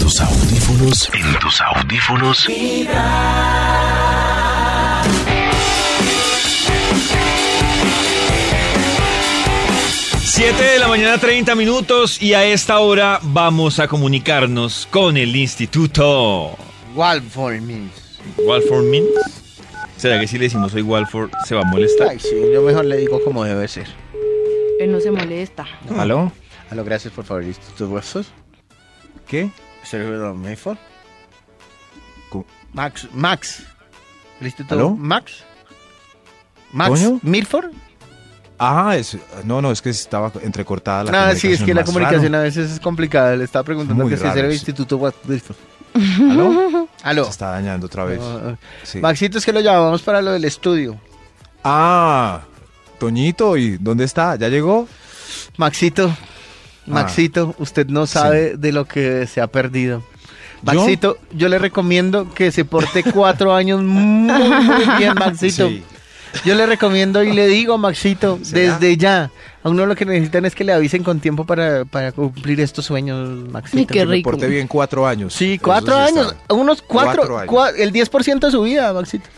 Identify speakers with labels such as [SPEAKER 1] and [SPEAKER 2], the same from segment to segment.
[SPEAKER 1] tus audífonos, en tus audífonos.
[SPEAKER 2] Siete de la mañana 30 minutos y a esta hora vamos a comunicarnos con el Instituto
[SPEAKER 3] Walford Mills.
[SPEAKER 2] Walford Mint. ¿Será que si le decimos hoy Walford se va a molestar?
[SPEAKER 3] Ay, sí, yo mejor le digo como debe ser.
[SPEAKER 4] Él no se molesta.
[SPEAKER 2] ¿Aló?
[SPEAKER 3] Aló, gracias por favor, Instituto Walford.
[SPEAKER 2] ¿Qué?
[SPEAKER 3] Servidor Mayford.
[SPEAKER 2] Co-
[SPEAKER 3] Max, Max. ¿El Instituto
[SPEAKER 5] ¿Aló?
[SPEAKER 3] Max? Max
[SPEAKER 5] ¿Coño?
[SPEAKER 3] Milford.
[SPEAKER 5] Ah, es, no, no, es que estaba entrecortada la
[SPEAKER 3] Nada, Ah, sí,
[SPEAKER 5] comunicación.
[SPEAKER 3] es que la
[SPEAKER 5] más
[SPEAKER 3] comunicación a veces es complicada. Le estaba preguntando
[SPEAKER 5] Muy
[SPEAKER 3] que si es
[SPEAKER 5] raro,
[SPEAKER 3] el
[SPEAKER 5] sí.
[SPEAKER 3] Instituto Walford.
[SPEAKER 5] raro. ¿Aló?
[SPEAKER 3] Aló.
[SPEAKER 5] Se está dañando otra vez.
[SPEAKER 3] Ah, ah.
[SPEAKER 5] Sí.
[SPEAKER 3] Maxito, es que lo llamamos para lo del estudio.
[SPEAKER 5] Ah, Toñito, ¿y dónde está? ¿Ya llegó?
[SPEAKER 3] Maxito, Maxito, usted no sabe de lo que se ha perdido. Maxito, ¿Yo? le recomiendo que se porte cuatro años muy, muy bien, Maxito.
[SPEAKER 5] Sí.
[SPEAKER 3] Yo le recomiendo y le digo, Maxito,
[SPEAKER 5] ¿Será?
[SPEAKER 3] desde ya. A uno lo que necesitan es que le avisen con tiempo para, para cumplir estos sueños, Maxito.
[SPEAKER 4] Ay, qué
[SPEAKER 5] Me
[SPEAKER 4] rico.
[SPEAKER 5] porté bien cuatro años.
[SPEAKER 3] Sí,
[SPEAKER 5] Eso
[SPEAKER 3] cuatro
[SPEAKER 5] sí está.
[SPEAKER 3] años. Unos cuatro,
[SPEAKER 5] Cuatro años.
[SPEAKER 3] cua- el 10% de su vida, Maxito.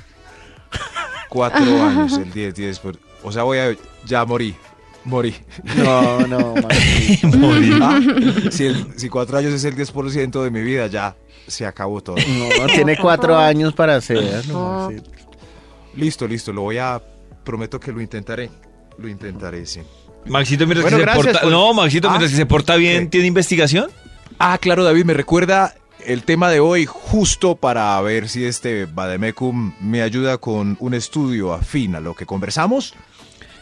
[SPEAKER 5] Cuatro años, el 10, 10. por- O sea, voy a... Ya morí, morí.
[SPEAKER 3] No, no, Maxito.
[SPEAKER 5] Ah, si, el- si cuatro años es el 10% de mi vida, ya se acabó todo.
[SPEAKER 3] No, tiene cuatro años para hacerlo, Maxito.
[SPEAKER 5] Listo, listo, lo voy a... Prometo que lo intentaré. Lo intentaré, sí.
[SPEAKER 2] Maxito, mientras
[SPEAKER 5] Bueno,
[SPEAKER 2] que se
[SPEAKER 5] gracias
[SPEAKER 2] porta...
[SPEAKER 5] por-
[SPEAKER 2] No, Maxito,
[SPEAKER 5] Ah,
[SPEAKER 2] mientras que se porta bien,
[SPEAKER 5] ok.
[SPEAKER 2] ¿tiene investigación?
[SPEAKER 5] Ah, claro, David, me recuerda el tema de hoy justo para ver si este Bademecum me ayuda con un estudio afín a lo que conversamos.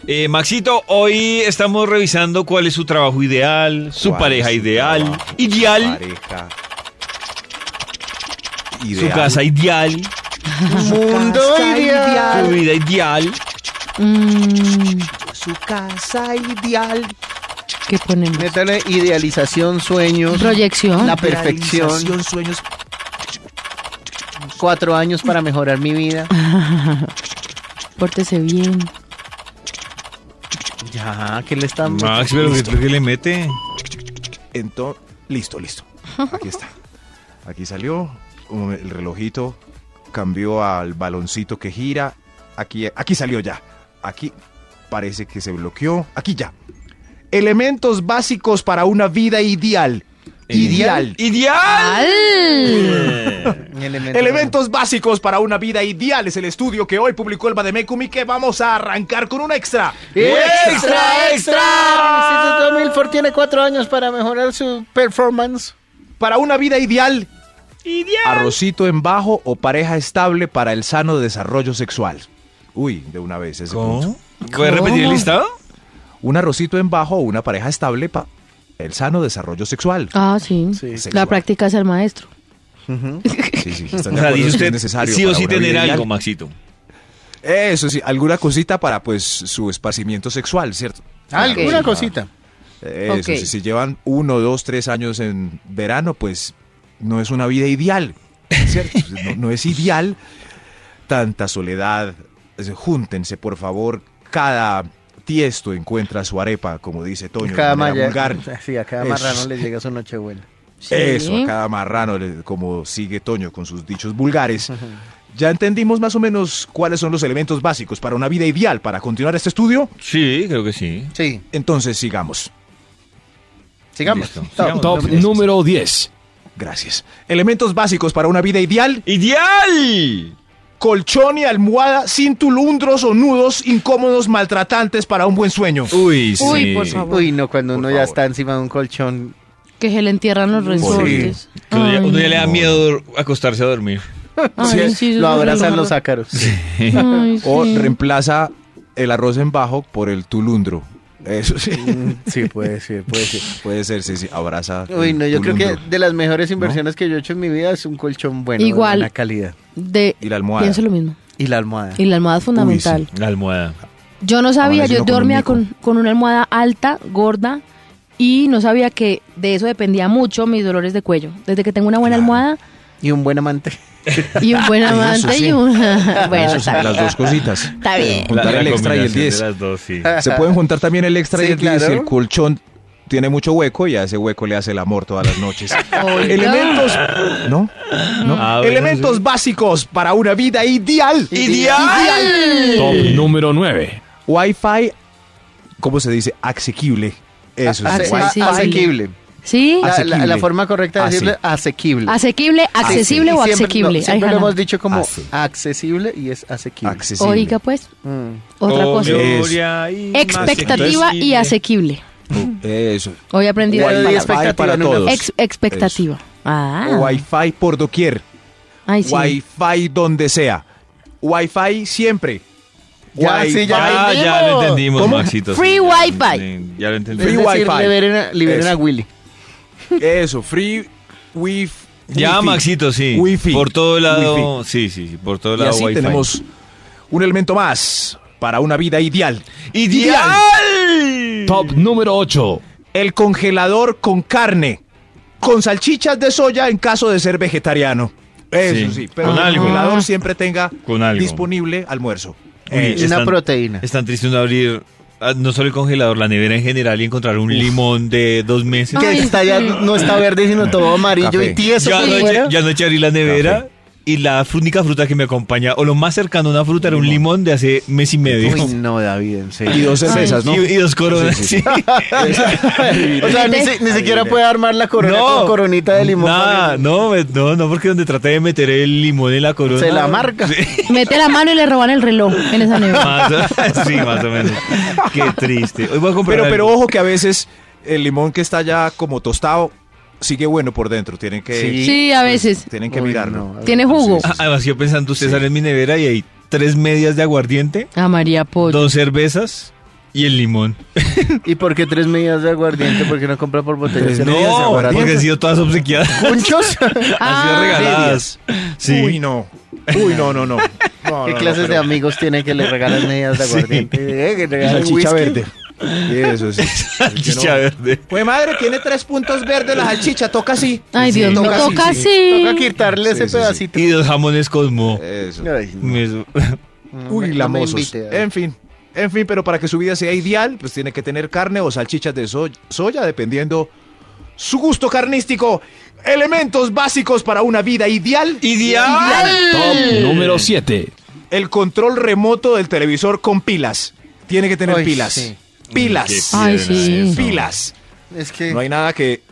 [SPEAKER 2] Eh, Maxito, hoy estamos revisando cuál es su trabajo ideal, su
[SPEAKER 5] ¿Cuál
[SPEAKER 2] pareja
[SPEAKER 5] es su
[SPEAKER 2] ideal,
[SPEAKER 5] trabajo?
[SPEAKER 2] ideal,
[SPEAKER 5] Pareja.
[SPEAKER 2] su casa ideal,
[SPEAKER 3] Mundo
[SPEAKER 2] su
[SPEAKER 3] ideal.
[SPEAKER 2] vida ideal.
[SPEAKER 4] Mm,
[SPEAKER 5] Su casa ideal.
[SPEAKER 4] ¿Qué ponemos?
[SPEAKER 3] Métale idealización, sueños.
[SPEAKER 4] Proyección.
[SPEAKER 3] La perfección.
[SPEAKER 5] Sueños.
[SPEAKER 3] Cuatro años para mejorar mi vida.
[SPEAKER 4] Pórtese bien.
[SPEAKER 3] Ya, que le están.
[SPEAKER 2] Max, pero ¿qué- ¿qué le mete?
[SPEAKER 5] Entonces, listo, listo. Aquí está. Aquí salió. un- El relojito cambió al baloncito que gira. Aquí, aquí salió ya. Aquí parece que se bloqueó. Aquí ya. Elementos básicos para una vida ideal. Ideal.
[SPEAKER 2] ¡Ideal!
[SPEAKER 4] ¡Al!
[SPEAKER 3] Elemento-
[SPEAKER 5] Elementos básicos para una vida ideal es el estudio que hoy publicó el Bademecum y que vamos a arrancar con un extra.
[SPEAKER 3] ¡Extra, extra! El Instituto Milford tiene cuatro años para mejorar su performance.
[SPEAKER 5] Para una vida ideal. Arrocito en bajo o pareja estable para el sano desarrollo sexual. Uy, de una vez ese punto.
[SPEAKER 2] ¿Cómo? ¿Puedes repetir el listado?
[SPEAKER 5] Pues Un arrocito en bajo o una pareja estable para el sano desarrollo sexual.
[SPEAKER 4] Ah, sí.
[SPEAKER 3] Sí.
[SPEAKER 4] La
[SPEAKER 5] Sexual.
[SPEAKER 4] práctica es el maestro.
[SPEAKER 5] Sí, sí,
[SPEAKER 2] O sea,
[SPEAKER 5] están de acuerdo
[SPEAKER 2] dice
[SPEAKER 5] que es
[SPEAKER 2] usted
[SPEAKER 5] necesario
[SPEAKER 2] sí o
[SPEAKER 5] para
[SPEAKER 2] sí
[SPEAKER 5] una vida
[SPEAKER 2] tener
[SPEAKER 5] ideal.
[SPEAKER 2] algo, Maxito.
[SPEAKER 5] Eso sí, alguna cosita para pues su esparcimiento sexual, ¿cierto?
[SPEAKER 3] Alguna cosita.
[SPEAKER 5] Eso,
[SPEAKER 4] Ok.
[SPEAKER 5] si, si llevan uno, dos, tres años en verano, pues no es una vida ideal, ¿cierto? No, no es ideal tanta soledad. Es- Júntense, por favor, cada tiesto encuentra su arepa, como dice Toño. de
[SPEAKER 3] Cada
[SPEAKER 5] manera
[SPEAKER 3] malla.
[SPEAKER 5] vulgar.
[SPEAKER 3] Sí, a cada
[SPEAKER 5] Eso.
[SPEAKER 3] marrano le llega su nochebuena.
[SPEAKER 4] Sí.
[SPEAKER 5] Eso, a cada marrano, le- como sigue Toño con sus dichos vulgares. Ya entendimos más o menos cuáles son los elementos básicos para una vida ideal. Para continuar este estudio,
[SPEAKER 2] Sí, creo que sí.
[SPEAKER 3] Sí,
[SPEAKER 5] entonces sigamos.
[SPEAKER 3] sigamos.
[SPEAKER 2] Listo,
[SPEAKER 3] Top.
[SPEAKER 2] sigamos.
[SPEAKER 1] Top número 10.
[SPEAKER 5] Gracias. Elementos básicos para una vida ideal.
[SPEAKER 2] ¡Ideal!
[SPEAKER 5] colchón y almohada sin tulundros o nudos incómodos maltratantes para un buen sueño.
[SPEAKER 2] Uy, sí.
[SPEAKER 4] Uy, por favor.
[SPEAKER 3] Uy, no, cuando
[SPEAKER 5] Por
[SPEAKER 3] uno ya
[SPEAKER 5] favor.
[SPEAKER 3] está encima de un colchón.
[SPEAKER 4] Que se le entierran los resortes.
[SPEAKER 2] Que uno ya- uno ya le da
[SPEAKER 5] No.
[SPEAKER 2] miedo acostarse a dormir.
[SPEAKER 4] Ay, sí, eso
[SPEAKER 3] lo
[SPEAKER 4] es
[SPEAKER 3] abrazan
[SPEAKER 4] horrible.
[SPEAKER 3] los ácaros.
[SPEAKER 4] Ay,
[SPEAKER 5] O
[SPEAKER 4] sí.
[SPEAKER 5] reemplaza el arroz en bajo por el tulundro. Eso sí.
[SPEAKER 3] Sí, puede ser, puede ser.
[SPEAKER 5] Puede ser, sí, sí. Abraza.
[SPEAKER 3] Uy,
[SPEAKER 5] el
[SPEAKER 3] no, yo creo que
[SPEAKER 5] tulundro.
[SPEAKER 3] de las mejores inversiones que yo he hecho en mi vida es un colchón bueno,
[SPEAKER 4] Igual.
[SPEAKER 3] de buena calidad.
[SPEAKER 4] De-
[SPEAKER 5] Y la almohada.
[SPEAKER 4] Pienso lo mismo.
[SPEAKER 3] Y la almohada.
[SPEAKER 4] Y la almohada es fundamental.
[SPEAKER 5] Uy,
[SPEAKER 2] La almohada.
[SPEAKER 4] Yo no sabía, yo
[SPEAKER 5] Amanece uno con un
[SPEAKER 4] dormía
[SPEAKER 5] mico.
[SPEAKER 4] con, con una almohada alta, gorda, y no sabía que de eso dependía mucho mis dolores de cuello. Desde que tengo una buena almohada
[SPEAKER 3] Y un buen amante.
[SPEAKER 4] y un buen amante
[SPEAKER 5] sí.
[SPEAKER 4] y una... Bueno,
[SPEAKER 5] Eso sí,
[SPEAKER 4] está
[SPEAKER 5] las
[SPEAKER 4] bien.
[SPEAKER 5] dos cositas.
[SPEAKER 4] Está bien.
[SPEAKER 5] Juntar el extra y el
[SPEAKER 2] combinación de
[SPEAKER 5] 10.
[SPEAKER 2] las dos, sí.
[SPEAKER 5] Se pueden juntar también el extra
[SPEAKER 3] Sí,
[SPEAKER 5] y el 10 y
[SPEAKER 3] claro.
[SPEAKER 5] el colchón tiene mucho hueco y a ese hueco le hace el amor todas las noches.
[SPEAKER 4] Oiga.
[SPEAKER 5] Elementos, ¿no? ¿No?
[SPEAKER 2] Ah, bueno,
[SPEAKER 5] Elementos básicos para una vida ideal.
[SPEAKER 2] ¡Ideal!
[SPEAKER 6] Top número 9.
[SPEAKER 5] Wi-Fi, ¿cómo se dice? Asequible. Eso es.
[SPEAKER 3] Ace-
[SPEAKER 5] Wi-Fi.
[SPEAKER 4] sí, sí.
[SPEAKER 3] asequible.
[SPEAKER 4] ¿Sí?
[SPEAKER 3] La, la-
[SPEAKER 5] Asequible.
[SPEAKER 3] la forma correcta de
[SPEAKER 5] Ah, sí.
[SPEAKER 3] decirle asequible.
[SPEAKER 4] ¿Asequible, accesible
[SPEAKER 3] Ah, Y
[SPEAKER 4] o
[SPEAKER 3] siempre-
[SPEAKER 4] asequible?
[SPEAKER 3] no, siempre
[SPEAKER 4] Ay,
[SPEAKER 3] lo
[SPEAKER 4] Hanna.
[SPEAKER 3] hemos dicho como
[SPEAKER 6] Ah, sí.
[SPEAKER 3] accesible y es asequible.
[SPEAKER 5] Accesible.
[SPEAKER 4] Oiga, pues,
[SPEAKER 3] Mm.
[SPEAKER 4] otra cosa.
[SPEAKER 2] Gloria y eh, más
[SPEAKER 4] Expectativa y asequible.
[SPEAKER 5] Eso.
[SPEAKER 4] Hoy aprendí
[SPEAKER 3] Guay,
[SPEAKER 4] la
[SPEAKER 3] y
[SPEAKER 4] palabra.
[SPEAKER 3] expectativa
[SPEAKER 5] Wi-Fi para
[SPEAKER 3] en una-
[SPEAKER 5] todos.
[SPEAKER 4] Ex- expectativa. Ah.
[SPEAKER 5] Wi-Fi por doquier.
[SPEAKER 4] Ay, sí.
[SPEAKER 5] Wi-Fi donde sea. Wi-Fi siempre.
[SPEAKER 3] Ya,
[SPEAKER 5] Wi-Fi.
[SPEAKER 3] sí,
[SPEAKER 2] Ya,
[SPEAKER 4] Ay,
[SPEAKER 2] ya lo
[SPEAKER 4] Diego.
[SPEAKER 2] entendimos,
[SPEAKER 5] ¿Cómo?
[SPEAKER 2] Maxito.
[SPEAKER 4] Free
[SPEAKER 2] ya lo
[SPEAKER 4] Wi-Fi.
[SPEAKER 2] entendí, Ya lo entendí.
[SPEAKER 3] Es
[SPEAKER 5] Free
[SPEAKER 3] decir,
[SPEAKER 5] Wi-Fi.
[SPEAKER 3] liberen a- liberen
[SPEAKER 5] Eso.
[SPEAKER 3] a Willy.
[SPEAKER 5] Eso, free wi
[SPEAKER 2] Ya,
[SPEAKER 5] wifi.
[SPEAKER 2] Maxito, sí.
[SPEAKER 5] Wifi.
[SPEAKER 2] Por todo lado.
[SPEAKER 5] Wifi.
[SPEAKER 2] Sí, sí, sí, por todo
[SPEAKER 5] Y
[SPEAKER 2] lado
[SPEAKER 5] así
[SPEAKER 2] Wi-Fi.
[SPEAKER 5] tenemos un elemento más para una vida ideal.
[SPEAKER 2] ¡Ideal!
[SPEAKER 6] Top número 8.
[SPEAKER 5] El congelador con carne, con salchichas de soya en caso de ser vegetariano. Eso
[SPEAKER 2] Sí,
[SPEAKER 5] sí, pero
[SPEAKER 2] con
[SPEAKER 5] el
[SPEAKER 2] algo.
[SPEAKER 5] congelador siempre tenga
[SPEAKER 2] Con algo.
[SPEAKER 5] disponible almuerzo.
[SPEAKER 2] Uy,
[SPEAKER 5] Eso.
[SPEAKER 2] es-
[SPEAKER 3] Una
[SPEAKER 2] Están-
[SPEAKER 3] proteína.
[SPEAKER 2] Es tan triste uno abrir ah, no solo el congelador, la nevera en general y encontrar un limón de dos meses.
[SPEAKER 3] que
[SPEAKER 4] Ay,
[SPEAKER 3] está ya,
[SPEAKER 4] sí.
[SPEAKER 3] no está verde, sino todo amarillo
[SPEAKER 5] Café.
[SPEAKER 3] y tieso.
[SPEAKER 2] Yo
[SPEAKER 3] por
[SPEAKER 2] anoche,
[SPEAKER 3] fuera.
[SPEAKER 2] yo anoche abrí la nevera y la fru- única fruta que me acompaña, o lo más cercano a una fruta, era un limón de hace mes y medio.
[SPEAKER 3] Uy, no, David, en
[SPEAKER 5] Eh, Y
[SPEAKER 3] serio.
[SPEAKER 5] dos cervezas, ¿no?
[SPEAKER 2] Y, y dos coronas. sí.
[SPEAKER 3] o sea, ni, si- ni siquiera puede armar la corona
[SPEAKER 2] No.
[SPEAKER 3] con coronita de limón.
[SPEAKER 2] Nada, no, me- no, no, porque donde traté de meter el limón en la corona.
[SPEAKER 3] Se la marca.
[SPEAKER 4] Mete la mano y le roban el reloj en esa nevera.
[SPEAKER 2] Más o- sí, más o menos. Qué triste. Hoy voy a comprar.
[SPEAKER 5] Pero, pero
[SPEAKER 2] algo.
[SPEAKER 5] ojo que a veces el limón que está ya como tostado sigue bueno por dentro. Tienen que,
[SPEAKER 3] Sí.
[SPEAKER 4] Sí, a veces.
[SPEAKER 5] tienen que
[SPEAKER 3] Uy,
[SPEAKER 5] mirarlo.
[SPEAKER 3] no.
[SPEAKER 4] Tiene jugo.
[SPEAKER 2] Ah, Además, yo pensando, usted sale en mi nevera y hay tres medias de aguardiente,
[SPEAKER 4] A María Pollo.
[SPEAKER 2] dos cervezas y el limón.
[SPEAKER 3] ¿Y por qué tres medidas de aguardiente? ¿Por qué no compra por botella?
[SPEAKER 5] Tres
[SPEAKER 3] ¿Tres
[SPEAKER 5] medidas de
[SPEAKER 2] No,
[SPEAKER 5] aguardiente.
[SPEAKER 2] porque han sido todas obsequiadas.
[SPEAKER 3] ¿Punchos?
[SPEAKER 2] Han sido
[SPEAKER 4] Ah,
[SPEAKER 2] regaladas. Sí.
[SPEAKER 5] Uy, no. Uy, no, no, no. No,
[SPEAKER 3] ¿Qué
[SPEAKER 5] no, no,
[SPEAKER 3] clases de
[SPEAKER 5] pero-
[SPEAKER 3] amigos tiene que le regalan medidas de aguardiente? Eh, que le
[SPEAKER 5] Y
[SPEAKER 3] regalan
[SPEAKER 5] salchicha
[SPEAKER 3] whisky.
[SPEAKER 5] verde. Eso sí.
[SPEAKER 2] Salchicha verde.
[SPEAKER 5] Pues madre, tiene tres puntos verdes la salchicha, toca así.
[SPEAKER 4] Ay, Dios mío,
[SPEAKER 5] toca así,
[SPEAKER 4] toca
[SPEAKER 5] sí.
[SPEAKER 3] Toca
[SPEAKER 4] así.
[SPEAKER 3] quitarle
[SPEAKER 5] Sí,
[SPEAKER 3] ese
[SPEAKER 5] sí, sí.
[SPEAKER 3] pedacito.
[SPEAKER 2] Y dos jamones Cosmo.
[SPEAKER 5] Eso.
[SPEAKER 3] Ay, no.
[SPEAKER 2] Eso.
[SPEAKER 5] Uy,
[SPEAKER 3] No me
[SPEAKER 5] lamosos.
[SPEAKER 3] invite, David.
[SPEAKER 5] En fin. En fin, pero para que su vida sea ideal, pues tiene que tener carne o salchichas de so- soya, dependiendo su gusto carnístico. Elementos básicos para una vida ideal.
[SPEAKER 6] Top número 7.
[SPEAKER 5] El control remoto del televisor con pilas. Tiene que tener
[SPEAKER 3] Ay,
[SPEAKER 5] pilas.
[SPEAKER 3] sí.
[SPEAKER 5] Pilas.
[SPEAKER 4] Ay, sí.
[SPEAKER 2] eso.
[SPEAKER 5] Pilas.
[SPEAKER 3] Es que...
[SPEAKER 5] No hay nada que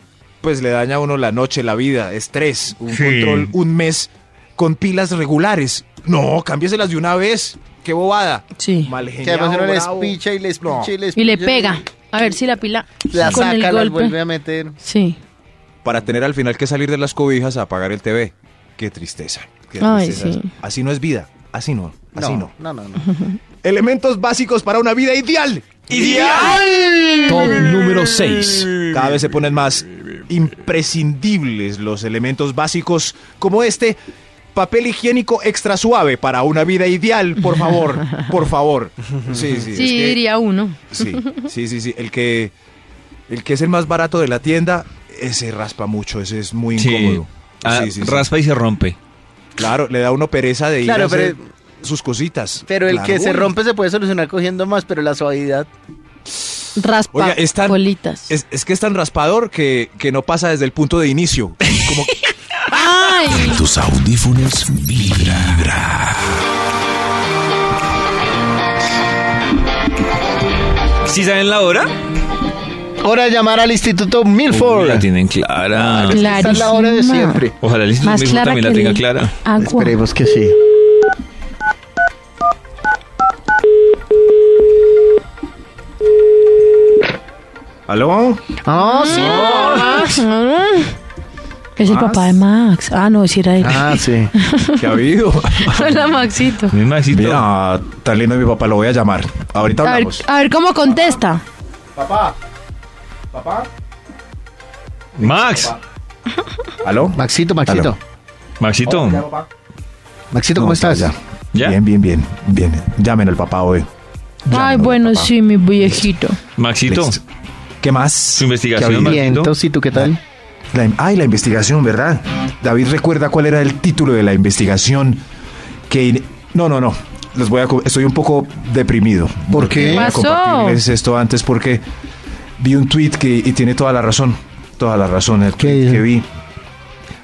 [SPEAKER 5] pues le daña a uno la noche, la vida, estrés, un
[SPEAKER 2] Sí.
[SPEAKER 5] control, un mes con pilas regulares. No, cámbieselas de una vez. Qué bobada.
[SPEAKER 4] Sí.
[SPEAKER 5] Mal
[SPEAKER 3] Que además uno
[SPEAKER 5] geniado,
[SPEAKER 3] les
[SPEAKER 5] bravo.
[SPEAKER 3] picha y les
[SPEAKER 5] No.
[SPEAKER 3] picha y les
[SPEAKER 4] Y le
[SPEAKER 3] picha.
[SPEAKER 4] pega. A ver si la pila
[SPEAKER 3] La
[SPEAKER 4] con
[SPEAKER 3] saca, la
[SPEAKER 4] el
[SPEAKER 3] vuelve
[SPEAKER 4] golpe.
[SPEAKER 3] a meter.
[SPEAKER 4] Sí.
[SPEAKER 5] Para tener al final que salir de las cobijas a apagar el TV. Qué tristeza. qué
[SPEAKER 4] Ay,
[SPEAKER 5] tristeza.
[SPEAKER 4] sí.
[SPEAKER 5] Así no es vida. Así no. Así no.
[SPEAKER 3] No, no, no.
[SPEAKER 5] Elementos básicos para una vida ideal.
[SPEAKER 6] Top número 6.
[SPEAKER 5] Cada vez se ponen más imprescindibles los elementos básicos como este. Papel higiénico extra suave para una vida ideal, por favor, por favor. Sí, sí, es
[SPEAKER 4] Sí,
[SPEAKER 5] que-
[SPEAKER 4] diría uno.
[SPEAKER 5] sí, sí, sí, sí. El que, el que es el más barato de la tienda, ese raspa mucho, ese es muy
[SPEAKER 2] Sí.
[SPEAKER 5] incómodo.
[SPEAKER 2] Ah,
[SPEAKER 5] Sí, sí, sí.
[SPEAKER 2] Raspa y se rompe.
[SPEAKER 5] Claro, le da uno pereza de ir
[SPEAKER 3] Claro,
[SPEAKER 5] a hacer
[SPEAKER 3] pero-
[SPEAKER 5] sus cositas.
[SPEAKER 3] Pero el
[SPEAKER 5] Claro,
[SPEAKER 3] que se
[SPEAKER 5] uy.
[SPEAKER 3] rompe se puede solucionar cogiendo más, pero la suavidad.
[SPEAKER 4] Raspa
[SPEAKER 5] Oiga, es tan-
[SPEAKER 4] bolitas.
[SPEAKER 5] Es, es que es tan raspador que, que no pasa desde el punto de inicio. Como,
[SPEAKER 4] Ay,
[SPEAKER 1] Tus audífonos vibra.
[SPEAKER 2] ¿Sí saben la hora?
[SPEAKER 3] Hora de llamar al Instituto
[SPEAKER 2] Uy,
[SPEAKER 3] Milford.
[SPEAKER 2] la tienen clara.
[SPEAKER 3] Esa es la hora de
[SPEAKER 4] Clarísima.
[SPEAKER 3] siempre.
[SPEAKER 2] Ojalá el
[SPEAKER 4] Más
[SPEAKER 2] Instituto
[SPEAKER 4] clara
[SPEAKER 2] también la
[SPEAKER 4] que
[SPEAKER 2] tenga
[SPEAKER 4] el
[SPEAKER 2] clara.
[SPEAKER 4] Agua.
[SPEAKER 3] Esperemos que sí.
[SPEAKER 5] ¿Aló?
[SPEAKER 3] Ah, sí.
[SPEAKER 4] Mm. Es el papá de Max. Ah, no, si era él.
[SPEAKER 3] Ah, sí.
[SPEAKER 5] ¿Qué ha habido?
[SPEAKER 4] Hola, Maxito.
[SPEAKER 2] Mi Maxito.
[SPEAKER 5] Mira, tan lindo mi papá, lo voy a llamar. Ahorita
[SPEAKER 4] A ver,
[SPEAKER 5] hablamos.
[SPEAKER 4] a ver cómo contesta.
[SPEAKER 5] Papá, papá.
[SPEAKER 2] Max.
[SPEAKER 5] ¿Aló?
[SPEAKER 3] Maxito, Maxito.
[SPEAKER 5] Aló.
[SPEAKER 2] Maxito.
[SPEAKER 3] Maxito, ¿cómo
[SPEAKER 5] No,
[SPEAKER 3] estás?
[SPEAKER 5] ya.
[SPEAKER 2] ¿Ya?
[SPEAKER 5] Bien, bien, bien, bien. Llamen al papá hoy.
[SPEAKER 4] Ay,
[SPEAKER 5] Llámenlo al
[SPEAKER 4] bueno,
[SPEAKER 5] papá.
[SPEAKER 4] sí, mi viejito.
[SPEAKER 2] Maxito.
[SPEAKER 5] Listo. ¿Qué más?
[SPEAKER 2] Su investigación,
[SPEAKER 5] ¿Qué ha habido?
[SPEAKER 2] Maxito.
[SPEAKER 3] Bien, entonces, ¿y tú qué tal?
[SPEAKER 5] La in- ay, la investigación, ¿verdad? David recuerda cuál era el título de la investigación que... in- No, no, no. Les voy a... co- Estoy un poco deprimido.
[SPEAKER 3] ¿Por qué?
[SPEAKER 5] Voy a
[SPEAKER 4] ¿Pasó?
[SPEAKER 5] compartirles esto antes porque vi un tweet que y tiene toda la razón, toda la razón el
[SPEAKER 7] ¿Qué
[SPEAKER 5] tweet
[SPEAKER 7] dice?
[SPEAKER 5] que vi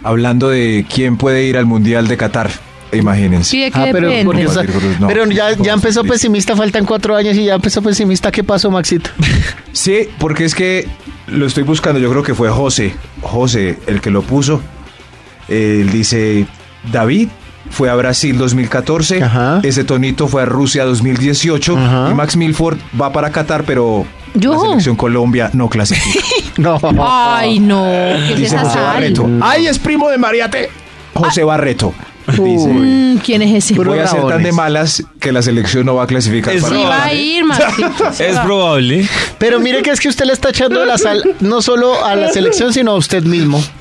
[SPEAKER 5] hablando de quién puede ir al mundial de Qatar. Imagínense.
[SPEAKER 4] Sí, de que
[SPEAKER 3] Ah, pero,
[SPEAKER 4] depende.
[SPEAKER 3] porque
[SPEAKER 5] Cualquier
[SPEAKER 3] está-
[SPEAKER 5] cruz, no.
[SPEAKER 3] pero ya, ya empezó pesimista, faltan cuatro años y ya empezó pesimista. ¿Qué pasó, Maxito?
[SPEAKER 5] Sí, porque es que lo estoy buscando, yo creo que fue José, José el que lo puso. Él dice, David fue a Brasil 2014,
[SPEAKER 7] Ajá.
[SPEAKER 5] ese tonito fue a Rusia 2018
[SPEAKER 7] Ajá.
[SPEAKER 5] y Max Milford va para Qatar, pero la
[SPEAKER 4] Yo.
[SPEAKER 5] selección Colombia no clasifica.
[SPEAKER 3] No.
[SPEAKER 4] Ay, no. ¿Qué es Ah.
[SPEAKER 5] dice
[SPEAKER 4] esa
[SPEAKER 5] José
[SPEAKER 4] sal?
[SPEAKER 5] Barreto. Ay, es primo de Mariate. José Barreto. Dice,
[SPEAKER 4] Mm, ¿Quién es ese?
[SPEAKER 5] voy a ser tan de
[SPEAKER 3] brabones.
[SPEAKER 5] malas que la selección no va a clasificar.
[SPEAKER 2] Es
[SPEAKER 5] para-
[SPEAKER 4] Sí va a ir, Maxito. sí
[SPEAKER 2] Es
[SPEAKER 4] va.
[SPEAKER 2] probable.
[SPEAKER 3] Pero mire que es que usted le está echando la sal no solo a la selección, sino a usted mismo.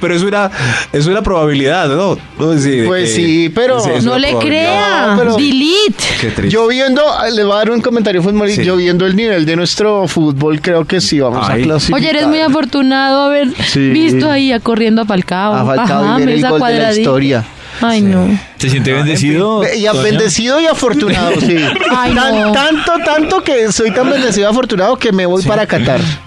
[SPEAKER 5] Pero es una, es una probabilidad, ¿no? No, es decir,
[SPEAKER 3] Pues
[SPEAKER 5] que-
[SPEAKER 3] sí, pero-
[SPEAKER 5] es
[SPEAKER 4] No
[SPEAKER 5] una
[SPEAKER 4] le
[SPEAKER 5] probabilidad.
[SPEAKER 4] crea.
[SPEAKER 3] No, pero-
[SPEAKER 4] Delete.
[SPEAKER 5] Qué triste.
[SPEAKER 3] Yo viendo, ah, le voy a dar un comentario futbolista,
[SPEAKER 5] Sí.
[SPEAKER 3] yo viendo el nivel de nuestro fútbol, creo que sí vamos
[SPEAKER 5] Ay.
[SPEAKER 3] a clasificar.
[SPEAKER 4] Oye, eres muy afortunado haber
[SPEAKER 3] Sí.
[SPEAKER 4] visto ahí a corriendo a Falcao.
[SPEAKER 3] Ha faltado y ver
[SPEAKER 4] mira
[SPEAKER 3] el
[SPEAKER 4] esa
[SPEAKER 3] gol de la
[SPEAKER 4] cuadradita.
[SPEAKER 3] historia.
[SPEAKER 4] Ay, no.
[SPEAKER 2] ¿Se siente
[SPEAKER 5] Ah,
[SPEAKER 2] bendecido?
[SPEAKER 3] Y a-
[SPEAKER 2] Toño?
[SPEAKER 3] bendecido y afortunado, sí.
[SPEAKER 4] Ay,
[SPEAKER 3] Tan-
[SPEAKER 4] no.
[SPEAKER 3] Tanto, tanto que soy tan bendecido y afortunado que me voy para Qatar. Ah.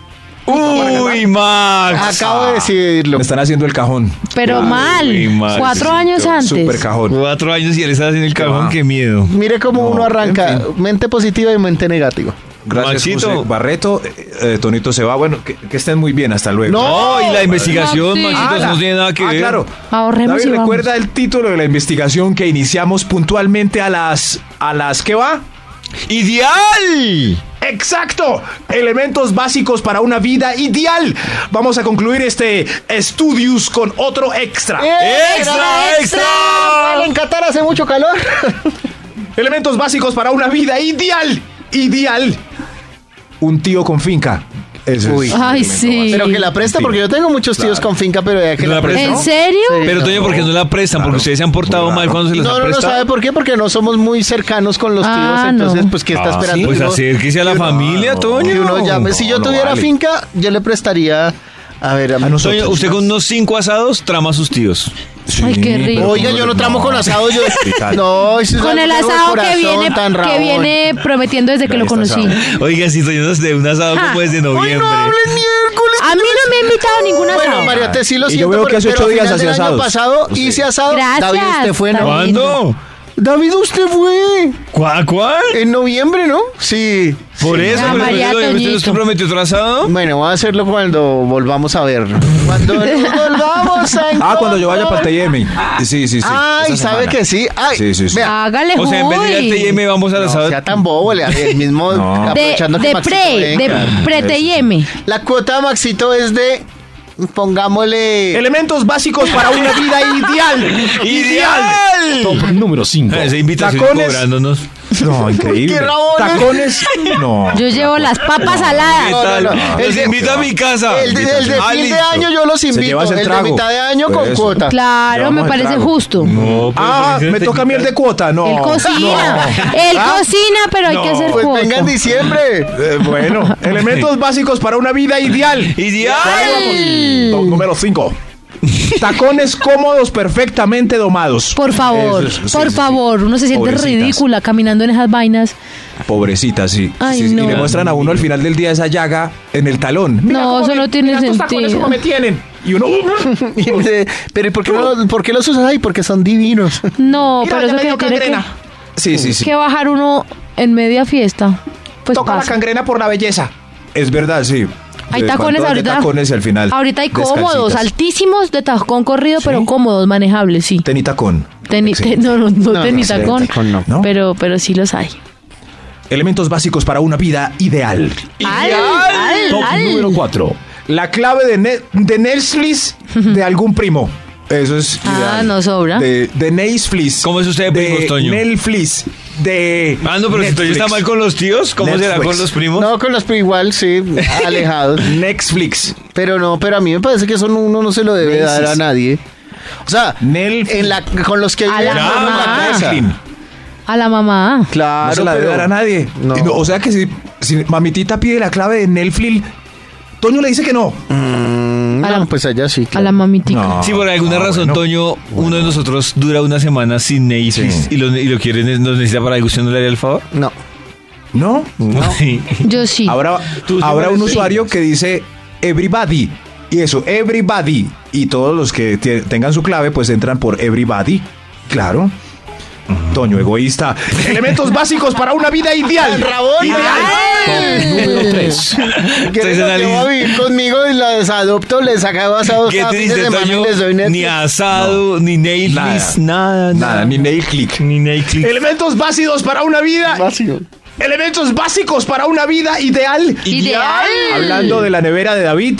[SPEAKER 2] Uy, Max.
[SPEAKER 3] Acabo de decidirlo.
[SPEAKER 5] Le están haciendo el cajón.
[SPEAKER 4] Pero
[SPEAKER 2] Uy,
[SPEAKER 4] mal.
[SPEAKER 2] Maxito,
[SPEAKER 4] Cuatro años antes.
[SPEAKER 5] Super cajón.
[SPEAKER 2] Cuatro años y él está haciendo el cajón,
[SPEAKER 5] va.
[SPEAKER 2] qué miedo.
[SPEAKER 3] Mire cómo
[SPEAKER 5] No,
[SPEAKER 3] uno arranca
[SPEAKER 5] en fin.
[SPEAKER 3] mente positiva y mente negativa.
[SPEAKER 5] Gracias,
[SPEAKER 2] Maxito.
[SPEAKER 5] José Barreto. eh, eh, Tonito se va. Bueno, que, que estén muy bien. Hasta luego.
[SPEAKER 3] No,
[SPEAKER 2] Oh, y la investigación,
[SPEAKER 4] Maxito.
[SPEAKER 2] Maxito, eso no tiene nada que
[SPEAKER 5] Ah,
[SPEAKER 2] ver.
[SPEAKER 5] claro.
[SPEAKER 4] Ahorremos
[SPEAKER 5] David,
[SPEAKER 4] y vamos.
[SPEAKER 5] recuerda el título de la investigación que iniciamos puntualmente a las... ¿A las qué va?
[SPEAKER 2] ¡Ideal!
[SPEAKER 5] ¡Exacto! Elementos básicos para una vida ideal. Vamos a concluir este Estudios con otro extra.
[SPEAKER 2] ¡Extra, extra!
[SPEAKER 3] En Qatar hace mucho calor.
[SPEAKER 5] Elementos básicos para una vida ideal. Ideal. Un tío con finca. Eso
[SPEAKER 3] Uy.
[SPEAKER 5] es.
[SPEAKER 4] Ay, sí.
[SPEAKER 3] Pero que la presta, porque yo tengo muchos tíos con finca, pero ya que
[SPEAKER 2] ¿La
[SPEAKER 3] la presta.
[SPEAKER 2] presta?
[SPEAKER 4] ¿En
[SPEAKER 2] ¿no?
[SPEAKER 4] serio?
[SPEAKER 2] Pero, Toño, ¿por qué no la prestan?
[SPEAKER 5] Claro.
[SPEAKER 2] Porque ustedes se han portado
[SPEAKER 5] Muy
[SPEAKER 2] mal
[SPEAKER 5] raro.
[SPEAKER 2] cuando se les
[SPEAKER 3] No,
[SPEAKER 2] han
[SPEAKER 3] no, no
[SPEAKER 2] prestado.
[SPEAKER 3] sabe por qué, porque no somos muy cercanos con los tíos,
[SPEAKER 4] Ah, no.
[SPEAKER 3] entonces, pues, ¿qué está
[SPEAKER 2] Ah,
[SPEAKER 3] esperando?
[SPEAKER 2] sí, Pues
[SPEAKER 3] que uno-
[SPEAKER 2] acérquese a la familia,
[SPEAKER 5] no,
[SPEAKER 2] Toño.
[SPEAKER 3] que uno llame? Si yo
[SPEAKER 5] No, no
[SPEAKER 3] tuviera
[SPEAKER 5] vale.
[SPEAKER 3] finca, yo le prestaría, a ver, a,
[SPEAKER 5] nosotros.
[SPEAKER 2] Toño, usted con unos cinco asados trama a sus tíos.
[SPEAKER 4] Ay, qué
[SPEAKER 5] pero
[SPEAKER 4] rico.
[SPEAKER 5] con
[SPEAKER 3] Oiga, yo no tramo con asado, yo...
[SPEAKER 5] Vital.
[SPEAKER 3] No, eso es
[SPEAKER 4] Con el
[SPEAKER 3] algo de
[SPEAKER 4] asado que
[SPEAKER 3] corazón
[SPEAKER 4] viene,
[SPEAKER 3] tan
[SPEAKER 4] que
[SPEAKER 3] rabón.
[SPEAKER 4] viene prometiendo desde que
[SPEAKER 5] Ahí
[SPEAKER 4] lo
[SPEAKER 5] está
[SPEAKER 4] conocí.
[SPEAKER 5] asado.
[SPEAKER 2] Oiga, si Toño nos de un asado
[SPEAKER 4] Ah.
[SPEAKER 2] como es de
[SPEAKER 3] ¡Ay,
[SPEAKER 2] noviembre.
[SPEAKER 3] no hables miércoles!
[SPEAKER 4] A mí no me ha invitado a ningún
[SPEAKER 3] Bueno,
[SPEAKER 4] asado.
[SPEAKER 3] María, te sí lo
[SPEAKER 5] Y yo
[SPEAKER 3] siento,
[SPEAKER 5] veo que
[SPEAKER 3] pero-
[SPEAKER 5] hace ocho
[SPEAKER 3] pero al
[SPEAKER 5] días
[SPEAKER 3] final
[SPEAKER 5] hace
[SPEAKER 3] del
[SPEAKER 5] asados.
[SPEAKER 3] año pasado hice asado.
[SPEAKER 4] Gracias,
[SPEAKER 3] David, usted fue, ¿no?
[SPEAKER 4] David.
[SPEAKER 2] ¿Cuándo?
[SPEAKER 3] David, usted fue
[SPEAKER 2] ¿Cuál? ¿Cuál?
[SPEAKER 3] en noviembre, ¿no? Sí.
[SPEAKER 2] Por eso,
[SPEAKER 4] Ah,
[SPEAKER 2] pero pues,
[SPEAKER 4] María
[SPEAKER 2] oye, ¿usted
[SPEAKER 4] Toñito.
[SPEAKER 2] nos comprometió otro asado?
[SPEAKER 3] Bueno, voy a hacerlo cuando volvamos a ver. Cuando nos volvamos a
[SPEAKER 5] Ah, cuando yo vaya para
[SPEAKER 3] encontrar.
[SPEAKER 5] TM. Sí, sí, sí.
[SPEAKER 3] Ah. Ay,
[SPEAKER 5] Esa
[SPEAKER 3] ¿sabe
[SPEAKER 5] semana.
[SPEAKER 3] que sí? Ay,
[SPEAKER 5] Sí, sí, sí.
[SPEAKER 3] vea,
[SPEAKER 4] Hágale,
[SPEAKER 2] O sea, en vez de ir al
[SPEAKER 4] Joy.
[SPEAKER 2] TM vamos al
[SPEAKER 3] no
[SPEAKER 2] asado.
[SPEAKER 3] sea tan bobo, le el mismo
[SPEAKER 5] No. De-
[SPEAKER 3] aprovechando
[SPEAKER 4] De,
[SPEAKER 3] que
[SPEAKER 4] de
[SPEAKER 3] Maxito
[SPEAKER 4] pre, de
[SPEAKER 3] venga.
[SPEAKER 4] pre TM.
[SPEAKER 3] La cuota de Maxito es de, pongámosle...
[SPEAKER 5] Elementos básicos para una vida ideal.
[SPEAKER 2] ¡Ideal!
[SPEAKER 6] Top número 5.
[SPEAKER 2] Ah, Esa invitación
[SPEAKER 5] Tacones.
[SPEAKER 2] cobrándonos.
[SPEAKER 5] No, increíble.
[SPEAKER 3] Qué rabones.
[SPEAKER 5] Tacones. No. pues,
[SPEAKER 4] Yo llevo las papas saladas.
[SPEAKER 5] Ah,
[SPEAKER 2] ¿Qué
[SPEAKER 3] no,
[SPEAKER 2] tal?
[SPEAKER 3] no.
[SPEAKER 2] Los
[SPEAKER 3] El de-
[SPEAKER 2] invito a mi casa.
[SPEAKER 3] El, de- el de
[SPEAKER 2] Ah,
[SPEAKER 3] fin de
[SPEAKER 2] listo.
[SPEAKER 3] año yo los
[SPEAKER 5] Se
[SPEAKER 3] invito,
[SPEAKER 5] llevas
[SPEAKER 3] el,
[SPEAKER 5] el
[SPEAKER 3] de
[SPEAKER 5] trago.
[SPEAKER 3] mitad de año con
[SPEAKER 5] Eso.
[SPEAKER 3] cuota.
[SPEAKER 4] Claro,
[SPEAKER 5] Llevamos
[SPEAKER 4] me
[SPEAKER 5] el
[SPEAKER 4] parece
[SPEAKER 5] trago.
[SPEAKER 4] justo.
[SPEAKER 2] No, pero
[SPEAKER 5] Ah,
[SPEAKER 2] pues,
[SPEAKER 5] me toca a mí el de cuota. No.
[SPEAKER 4] Él cocina. Él cocina, pero hay que hacer
[SPEAKER 3] Pues
[SPEAKER 4] cuota.
[SPEAKER 3] venga en diciembre.
[SPEAKER 5] Eh, bueno, elementos básicos para una vida ideal.
[SPEAKER 2] ¡Ideal!
[SPEAKER 5] No, número 5. Tacones cómodos perfectamente domados.
[SPEAKER 4] Por favor,
[SPEAKER 5] Eso, sí,
[SPEAKER 4] por
[SPEAKER 5] sí, sí.
[SPEAKER 4] favor, uno se siente
[SPEAKER 5] Pobrecitas.
[SPEAKER 4] ridícula caminando en esas vainas.
[SPEAKER 5] Pobrecita, sí.
[SPEAKER 4] Ay,
[SPEAKER 5] Sí, sí,
[SPEAKER 4] no.
[SPEAKER 5] Y le muestran a uno al final del día esa llaga en el talón.
[SPEAKER 4] no, eso no tiene sentido.
[SPEAKER 5] me tienen. Y uno. ¡uh!
[SPEAKER 3] Y de- Pero ¿y por qué, no- por qué los usas ahí? Porque son divinos.
[SPEAKER 4] No, pero eso que tiene que,
[SPEAKER 5] Sí, sí, sí.
[SPEAKER 4] que bajar uno en media fiesta. Pues pasa.
[SPEAKER 5] cangrena por la belleza. Es verdad, sí.
[SPEAKER 4] Hay
[SPEAKER 5] Eh,
[SPEAKER 4] tacones
[SPEAKER 5] cuando hay de
[SPEAKER 4] ahorita.
[SPEAKER 5] tacones y al final.
[SPEAKER 4] Ahorita hay cómodos,
[SPEAKER 5] descalcitas.
[SPEAKER 4] altísimos de tacón corrido, pero cómodos, manejables, sí.
[SPEAKER 5] Ten y tacón.
[SPEAKER 4] Teni- te-
[SPEAKER 5] Excelente.
[SPEAKER 4] no, no, no,
[SPEAKER 3] No,
[SPEAKER 4] teni
[SPEAKER 3] no,
[SPEAKER 4] tacón,
[SPEAKER 3] tacón no.
[SPEAKER 5] ¿No?
[SPEAKER 4] Pero, pero sí los hay.
[SPEAKER 5] Elementos básicos para una vida ideal.
[SPEAKER 4] ¡Al! ¡Al!
[SPEAKER 6] Top
[SPEAKER 4] al.
[SPEAKER 6] número 4.
[SPEAKER 5] La clave de, Ne- de Netflix de algún primo. Eso es.
[SPEAKER 4] Ah,
[SPEAKER 5] ideal.
[SPEAKER 4] no sobra.
[SPEAKER 5] De, de Netflix.
[SPEAKER 2] ¿Cómo es usted de primos, Toño?
[SPEAKER 5] Netflix. De.
[SPEAKER 2] Ah, no, pero si Toño
[SPEAKER 5] Netflix.
[SPEAKER 2] está mal con los tíos, ¿cómo será
[SPEAKER 5] Netflix.
[SPEAKER 2] con los primos?
[SPEAKER 3] No, con los pero igual, sí, alejados.
[SPEAKER 5] Netflix.
[SPEAKER 3] Pero no, pero a mí me parece que eso no- uno no se lo debe
[SPEAKER 5] Nelsis.
[SPEAKER 3] dar a nadie. O sea,
[SPEAKER 5] Nelfis.
[SPEAKER 3] en la, con los que
[SPEAKER 4] A la
[SPEAKER 3] viven
[SPEAKER 4] Ya,
[SPEAKER 3] en
[SPEAKER 4] mamá.
[SPEAKER 3] casa.
[SPEAKER 5] Netflix.
[SPEAKER 4] A la mamá. ah,
[SPEAKER 3] Claro,
[SPEAKER 5] no se la debe
[SPEAKER 3] pero-
[SPEAKER 5] dar a nadie.
[SPEAKER 3] No.
[SPEAKER 5] Y no, o sea que si, si mamitita pide la clave de Netflix, Toño le dice que no.
[SPEAKER 3] No,
[SPEAKER 4] A la-
[SPEAKER 3] pues allá sí.
[SPEAKER 4] A la
[SPEAKER 3] claro.
[SPEAKER 4] mamitica.
[SPEAKER 5] No.
[SPEAKER 2] Si por alguna
[SPEAKER 5] Ah,
[SPEAKER 2] razón,
[SPEAKER 5] bueno.
[SPEAKER 2] Toño, uno de nosotros dura una semana sin Netflix
[SPEAKER 5] Sí.
[SPEAKER 2] y, lo, y lo quiere, nos necesita para algo, ¿usted no le haría el favor?
[SPEAKER 3] No.
[SPEAKER 5] ¿No?
[SPEAKER 2] Sí.
[SPEAKER 4] Yo sí.
[SPEAKER 5] Habrá,
[SPEAKER 2] Tú sí
[SPEAKER 5] habrá un
[SPEAKER 2] eres-
[SPEAKER 5] usuario que dice everybody. Y eso, everybody. Y todos los que te- tengan su clave, pues entran por everybody. Claro. Toño egoísta. Elementos básicos para una vida ideal.
[SPEAKER 6] Top número 3.
[SPEAKER 3] ¿Quieres
[SPEAKER 2] Entonces,
[SPEAKER 3] que
[SPEAKER 2] analiz-
[SPEAKER 3] va a vivir conmigo y las adopto? Les acabo asados
[SPEAKER 2] ¿Qué
[SPEAKER 3] cada
[SPEAKER 2] te
[SPEAKER 3] fin de
[SPEAKER 2] dice
[SPEAKER 3] semana y
[SPEAKER 2] Toño?
[SPEAKER 3] les doy
[SPEAKER 2] Ni
[SPEAKER 3] Netflix.
[SPEAKER 2] asado, ni nail
[SPEAKER 5] Nada.
[SPEAKER 2] nada, nada,
[SPEAKER 5] Nada, ni nail click.
[SPEAKER 2] Ni nail clip.
[SPEAKER 5] Elementos básicos para una vida.
[SPEAKER 3] Vacío.
[SPEAKER 5] Elementos básicos para una vida ideal.
[SPEAKER 4] Ideal.
[SPEAKER 5] Hablando de la nevera de David,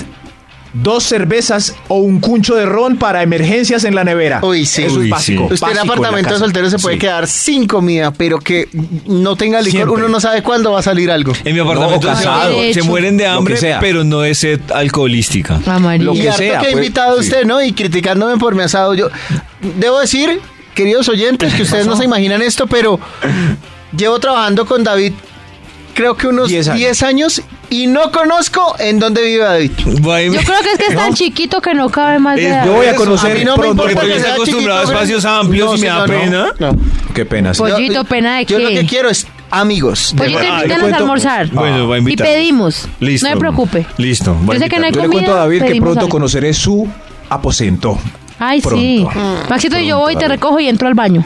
[SPEAKER 5] dos cervezas o un cuncho de ron para emergencias en la nevera.
[SPEAKER 3] Uy, sí.
[SPEAKER 5] Eso
[SPEAKER 2] Uy,
[SPEAKER 5] es básico.
[SPEAKER 2] sí.
[SPEAKER 3] Usted en apartamento de soltero se puede
[SPEAKER 5] quedar
[SPEAKER 3] quedar sin comida, pero que no tenga licor,
[SPEAKER 5] Siempre.
[SPEAKER 3] uno no sabe cuándo va a salir algo.
[SPEAKER 2] En mi apartamento
[SPEAKER 5] No,
[SPEAKER 2] se-
[SPEAKER 5] casado.
[SPEAKER 2] se,
[SPEAKER 4] Derecho.
[SPEAKER 2] mueren de
[SPEAKER 5] Lo que
[SPEAKER 2] hambre,
[SPEAKER 5] sea.
[SPEAKER 2] pero no es sed alcoholística.
[SPEAKER 4] Ah, María.
[SPEAKER 5] Lo
[SPEAKER 3] y
[SPEAKER 5] que
[SPEAKER 3] harto
[SPEAKER 5] sea,
[SPEAKER 3] que ha
[SPEAKER 5] pues,
[SPEAKER 3] invitado
[SPEAKER 5] sí.
[SPEAKER 3] usted, ¿no? Y criticándome por mi asado. Yo debo decir, queridos oyentes, que ustedes no se imaginan esto, pero llevo trabajando con David creo que unos
[SPEAKER 5] Diez
[SPEAKER 3] 10
[SPEAKER 5] años.
[SPEAKER 3] años. y no conozco en dónde vive David.
[SPEAKER 2] Bueno,
[SPEAKER 4] Yo creo que es que es tan chiquito que no cabe más de
[SPEAKER 2] Es-
[SPEAKER 4] edad.
[SPEAKER 5] Eh, Yo voy a
[SPEAKER 3] A
[SPEAKER 5] conocer
[SPEAKER 3] mí no me
[SPEAKER 5] pronto.
[SPEAKER 3] importa
[SPEAKER 2] porque
[SPEAKER 3] que
[SPEAKER 2] estoy
[SPEAKER 3] sea
[SPEAKER 2] acostumbrado a
[SPEAKER 3] chiquito,
[SPEAKER 2] espacios
[SPEAKER 3] grande.
[SPEAKER 2] amplios y me
[SPEAKER 3] señor,
[SPEAKER 2] da pena.
[SPEAKER 3] no.
[SPEAKER 5] Qué pena. sí.
[SPEAKER 4] Pues- Pollito, ¿pena de
[SPEAKER 3] Yo lo
[SPEAKER 4] qué?
[SPEAKER 3] que quiero es amigos. de
[SPEAKER 4] Oye, te
[SPEAKER 3] verdad.
[SPEAKER 5] Ah,
[SPEAKER 4] invitan
[SPEAKER 5] le
[SPEAKER 4] a
[SPEAKER 5] cuento-
[SPEAKER 4] almorzar.
[SPEAKER 2] Bueno, va a
[SPEAKER 4] y
[SPEAKER 2] invitar.
[SPEAKER 4] pedimos.
[SPEAKER 2] Listo.
[SPEAKER 4] No me preocupe.
[SPEAKER 2] Listo. va a
[SPEAKER 4] Yo sé que no hay
[SPEAKER 5] Yo
[SPEAKER 2] invitar.
[SPEAKER 5] le cuento a
[SPEAKER 4] comida,
[SPEAKER 5] David que
[SPEAKER 4] pedimos
[SPEAKER 5] pronto
[SPEAKER 4] algo.
[SPEAKER 5] conoceré su aposento.
[SPEAKER 4] Ay, sí.
[SPEAKER 5] Pronto.
[SPEAKER 4] Maxito, yo
[SPEAKER 5] Pronto,
[SPEAKER 4] voy, te
[SPEAKER 5] David.
[SPEAKER 4] recojo y entro al baño.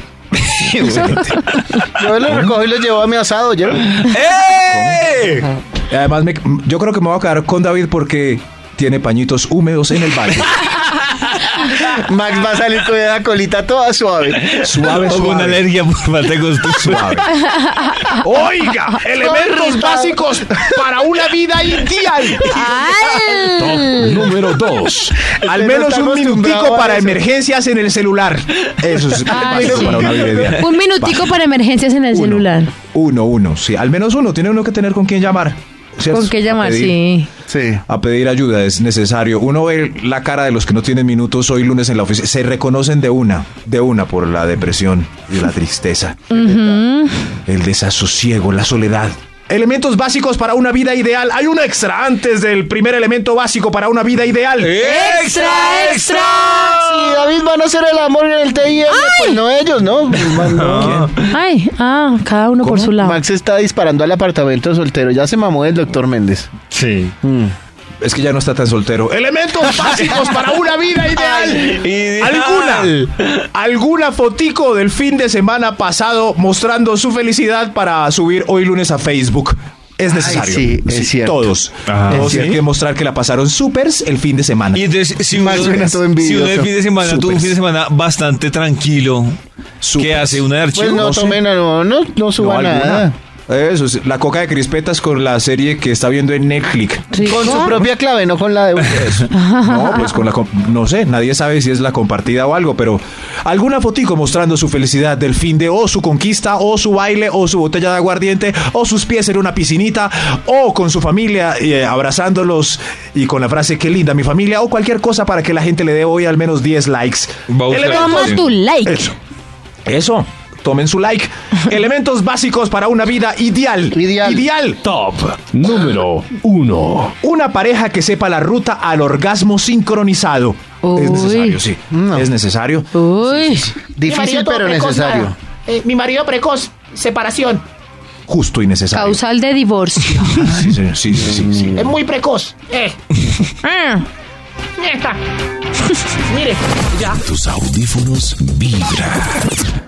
[SPEAKER 3] Yo lo recojo y lo llevo a mi asado. Yo.
[SPEAKER 2] ¡Eh!
[SPEAKER 5] Y Además, me- yo creo que me voy a quedar con David porque tiene pañitos húmedos en el baño.
[SPEAKER 3] Max va a salir con la colita toda suave.
[SPEAKER 5] suave,
[SPEAKER 2] O con
[SPEAKER 5] suave.
[SPEAKER 2] alergia por falta de costumbre.
[SPEAKER 5] suave. Oiga, elementos básicos para una vida ideal.
[SPEAKER 6] Top número 2.
[SPEAKER 5] Al
[SPEAKER 3] no
[SPEAKER 5] menos
[SPEAKER 3] está
[SPEAKER 5] un minutico
[SPEAKER 3] acostumbrado a
[SPEAKER 5] para
[SPEAKER 3] eso.
[SPEAKER 5] emergencias en el celular. Eso es
[SPEAKER 4] Ay,
[SPEAKER 5] básico
[SPEAKER 4] sí.
[SPEAKER 5] para una vida ideal.
[SPEAKER 4] Un minutico para emergencias en el
[SPEAKER 5] Uno.
[SPEAKER 4] celular.
[SPEAKER 5] Uno, uno, sí. Al menos uno. Tiene uno que tener con quién llamar. ¿cierto?
[SPEAKER 4] ¿Con qué llamar?
[SPEAKER 5] A pedir-
[SPEAKER 4] Sí.
[SPEAKER 3] Sí.
[SPEAKER 5] A pedir ayuda es necesario. Uno ve la cara de los que no tienen minutos hoy lunes en la oficina. Se reconocen de una, de una por la depresión y la tristeza. El desasosiego, la soledad. Elementos básicos para una vida ideal. Hay uno extra antes del primer elemento básico para una vida ideal.
[SPEAKER 2] ¡Extra, extra!
[SPEAKER 3] Si David van a hacer el amor en el TIM, pues no ellos, ¿no? No.
[SPEAKER 4] Ay, ah, cada uno por su lado.
[SPEAKER 3] Max está disparando al apartamento soltero. Ya se mamó el doctor Méndez.
[SPEAKER 2] Sí.
[SPEAKER 5] Es que ya no está tan soltero. Elementos básicos para una vida ideal.
[SPEAKER 2] Ideal.
[SPEAKER 5] ¿Alguna? ¿Alguna fotico del fin de semana pasado mostrando su felicidad para subir hoy lunes a Facebook? Es necesario.
[SPEAKER 3] sí, es cierto.
[SPEAKER 5] Todos.
[SPEAKER 2] Ah,
[SPEAKER 5] todos
[SPEAKER 2] ¿sí?
[SPEAKER 5] tienen que mostrar que la pasaron supers el fin de semana.
[SPEAKER 2] Y entonces, si uno,
[SPEAKER 3] Max suena todo
[SPEAKER 2] si uno de
[SPEAKER 3] envidioso.
[SPEAKER 2] fin de semana tuvo un
[SPEAKER 5] Súper.
[SPEAKER 2] fin de semana bastante tranquilo, ¿qué
[SPEAKER 5] Súper.
[SPEAKER 2] hace? ¿Una de archivo?
[SPEAKER 3] Pues no
[SPEAKER 5] sé.
[SPEAKER 3] tomen, no, no, no
[SPEAKER 5] No,
[SPEAKER 3] suba
[SPEAKER 5] alguna.
[SPEAKER 3] nada.
[SPEAKER 5] Eso, sí, la coca de crispetas con la serie que está viendo en Netflix.
[SPEAKER 3] Con su propia clave, no con la de...
[SPEAKER 5] No, pues con la com- no sé, nadie sabe si es la compartida o algo, pero alguna fotico mostrando su felicidad del fin de o su conquista o su baile o su botella de aguardiente o sus pies en una piscinita o con su familia eh, abrazándolos y con la frase qué linda mi familia o cualquier cosa para que la gente le dé hoy al menos 10 likes.
[SPEAKER 2] Va a buscar.
[SPEAKER 5] Elementos-
[SPEAKER 4] Toma tu like.
[SPEAKER 5] Eso. Eso. Tomen su like. Elementos básicos para una vida ideal.
[SPEAKER 3] Ideal.
[SPEAKER 5] Ideal.
[SPEAKER 6] Top número 1.
[SPEAKER 5] Una pareja que sepa la ruta al orgasmo sincronizado.
[SPEAKER 4] Uy.
[SPEAKER 5] Es necesario, sí.
[SPEAKER 3] No.
[SPEAKER 5] Es necesario.
[SPEAKER 4] Uy,
[SPEAKER 3] Difícil, pero necesario.
[SPEAKER 7] Eh, mi marido precoz, separación.
[SPEAKER 5] Justo y necesario.
[SPEAKER 4] causal de divorcio.
[SPEAKER 5] Sí, sí, sí, sí, sí, sí.
[SPEAKER 7] Es muy precoz. Eh,
[SPEAKER 4] Ah.
[SPEAKER 7] esta. Mire, ya.
[SPEAKER 1] Tus audífonos vibran.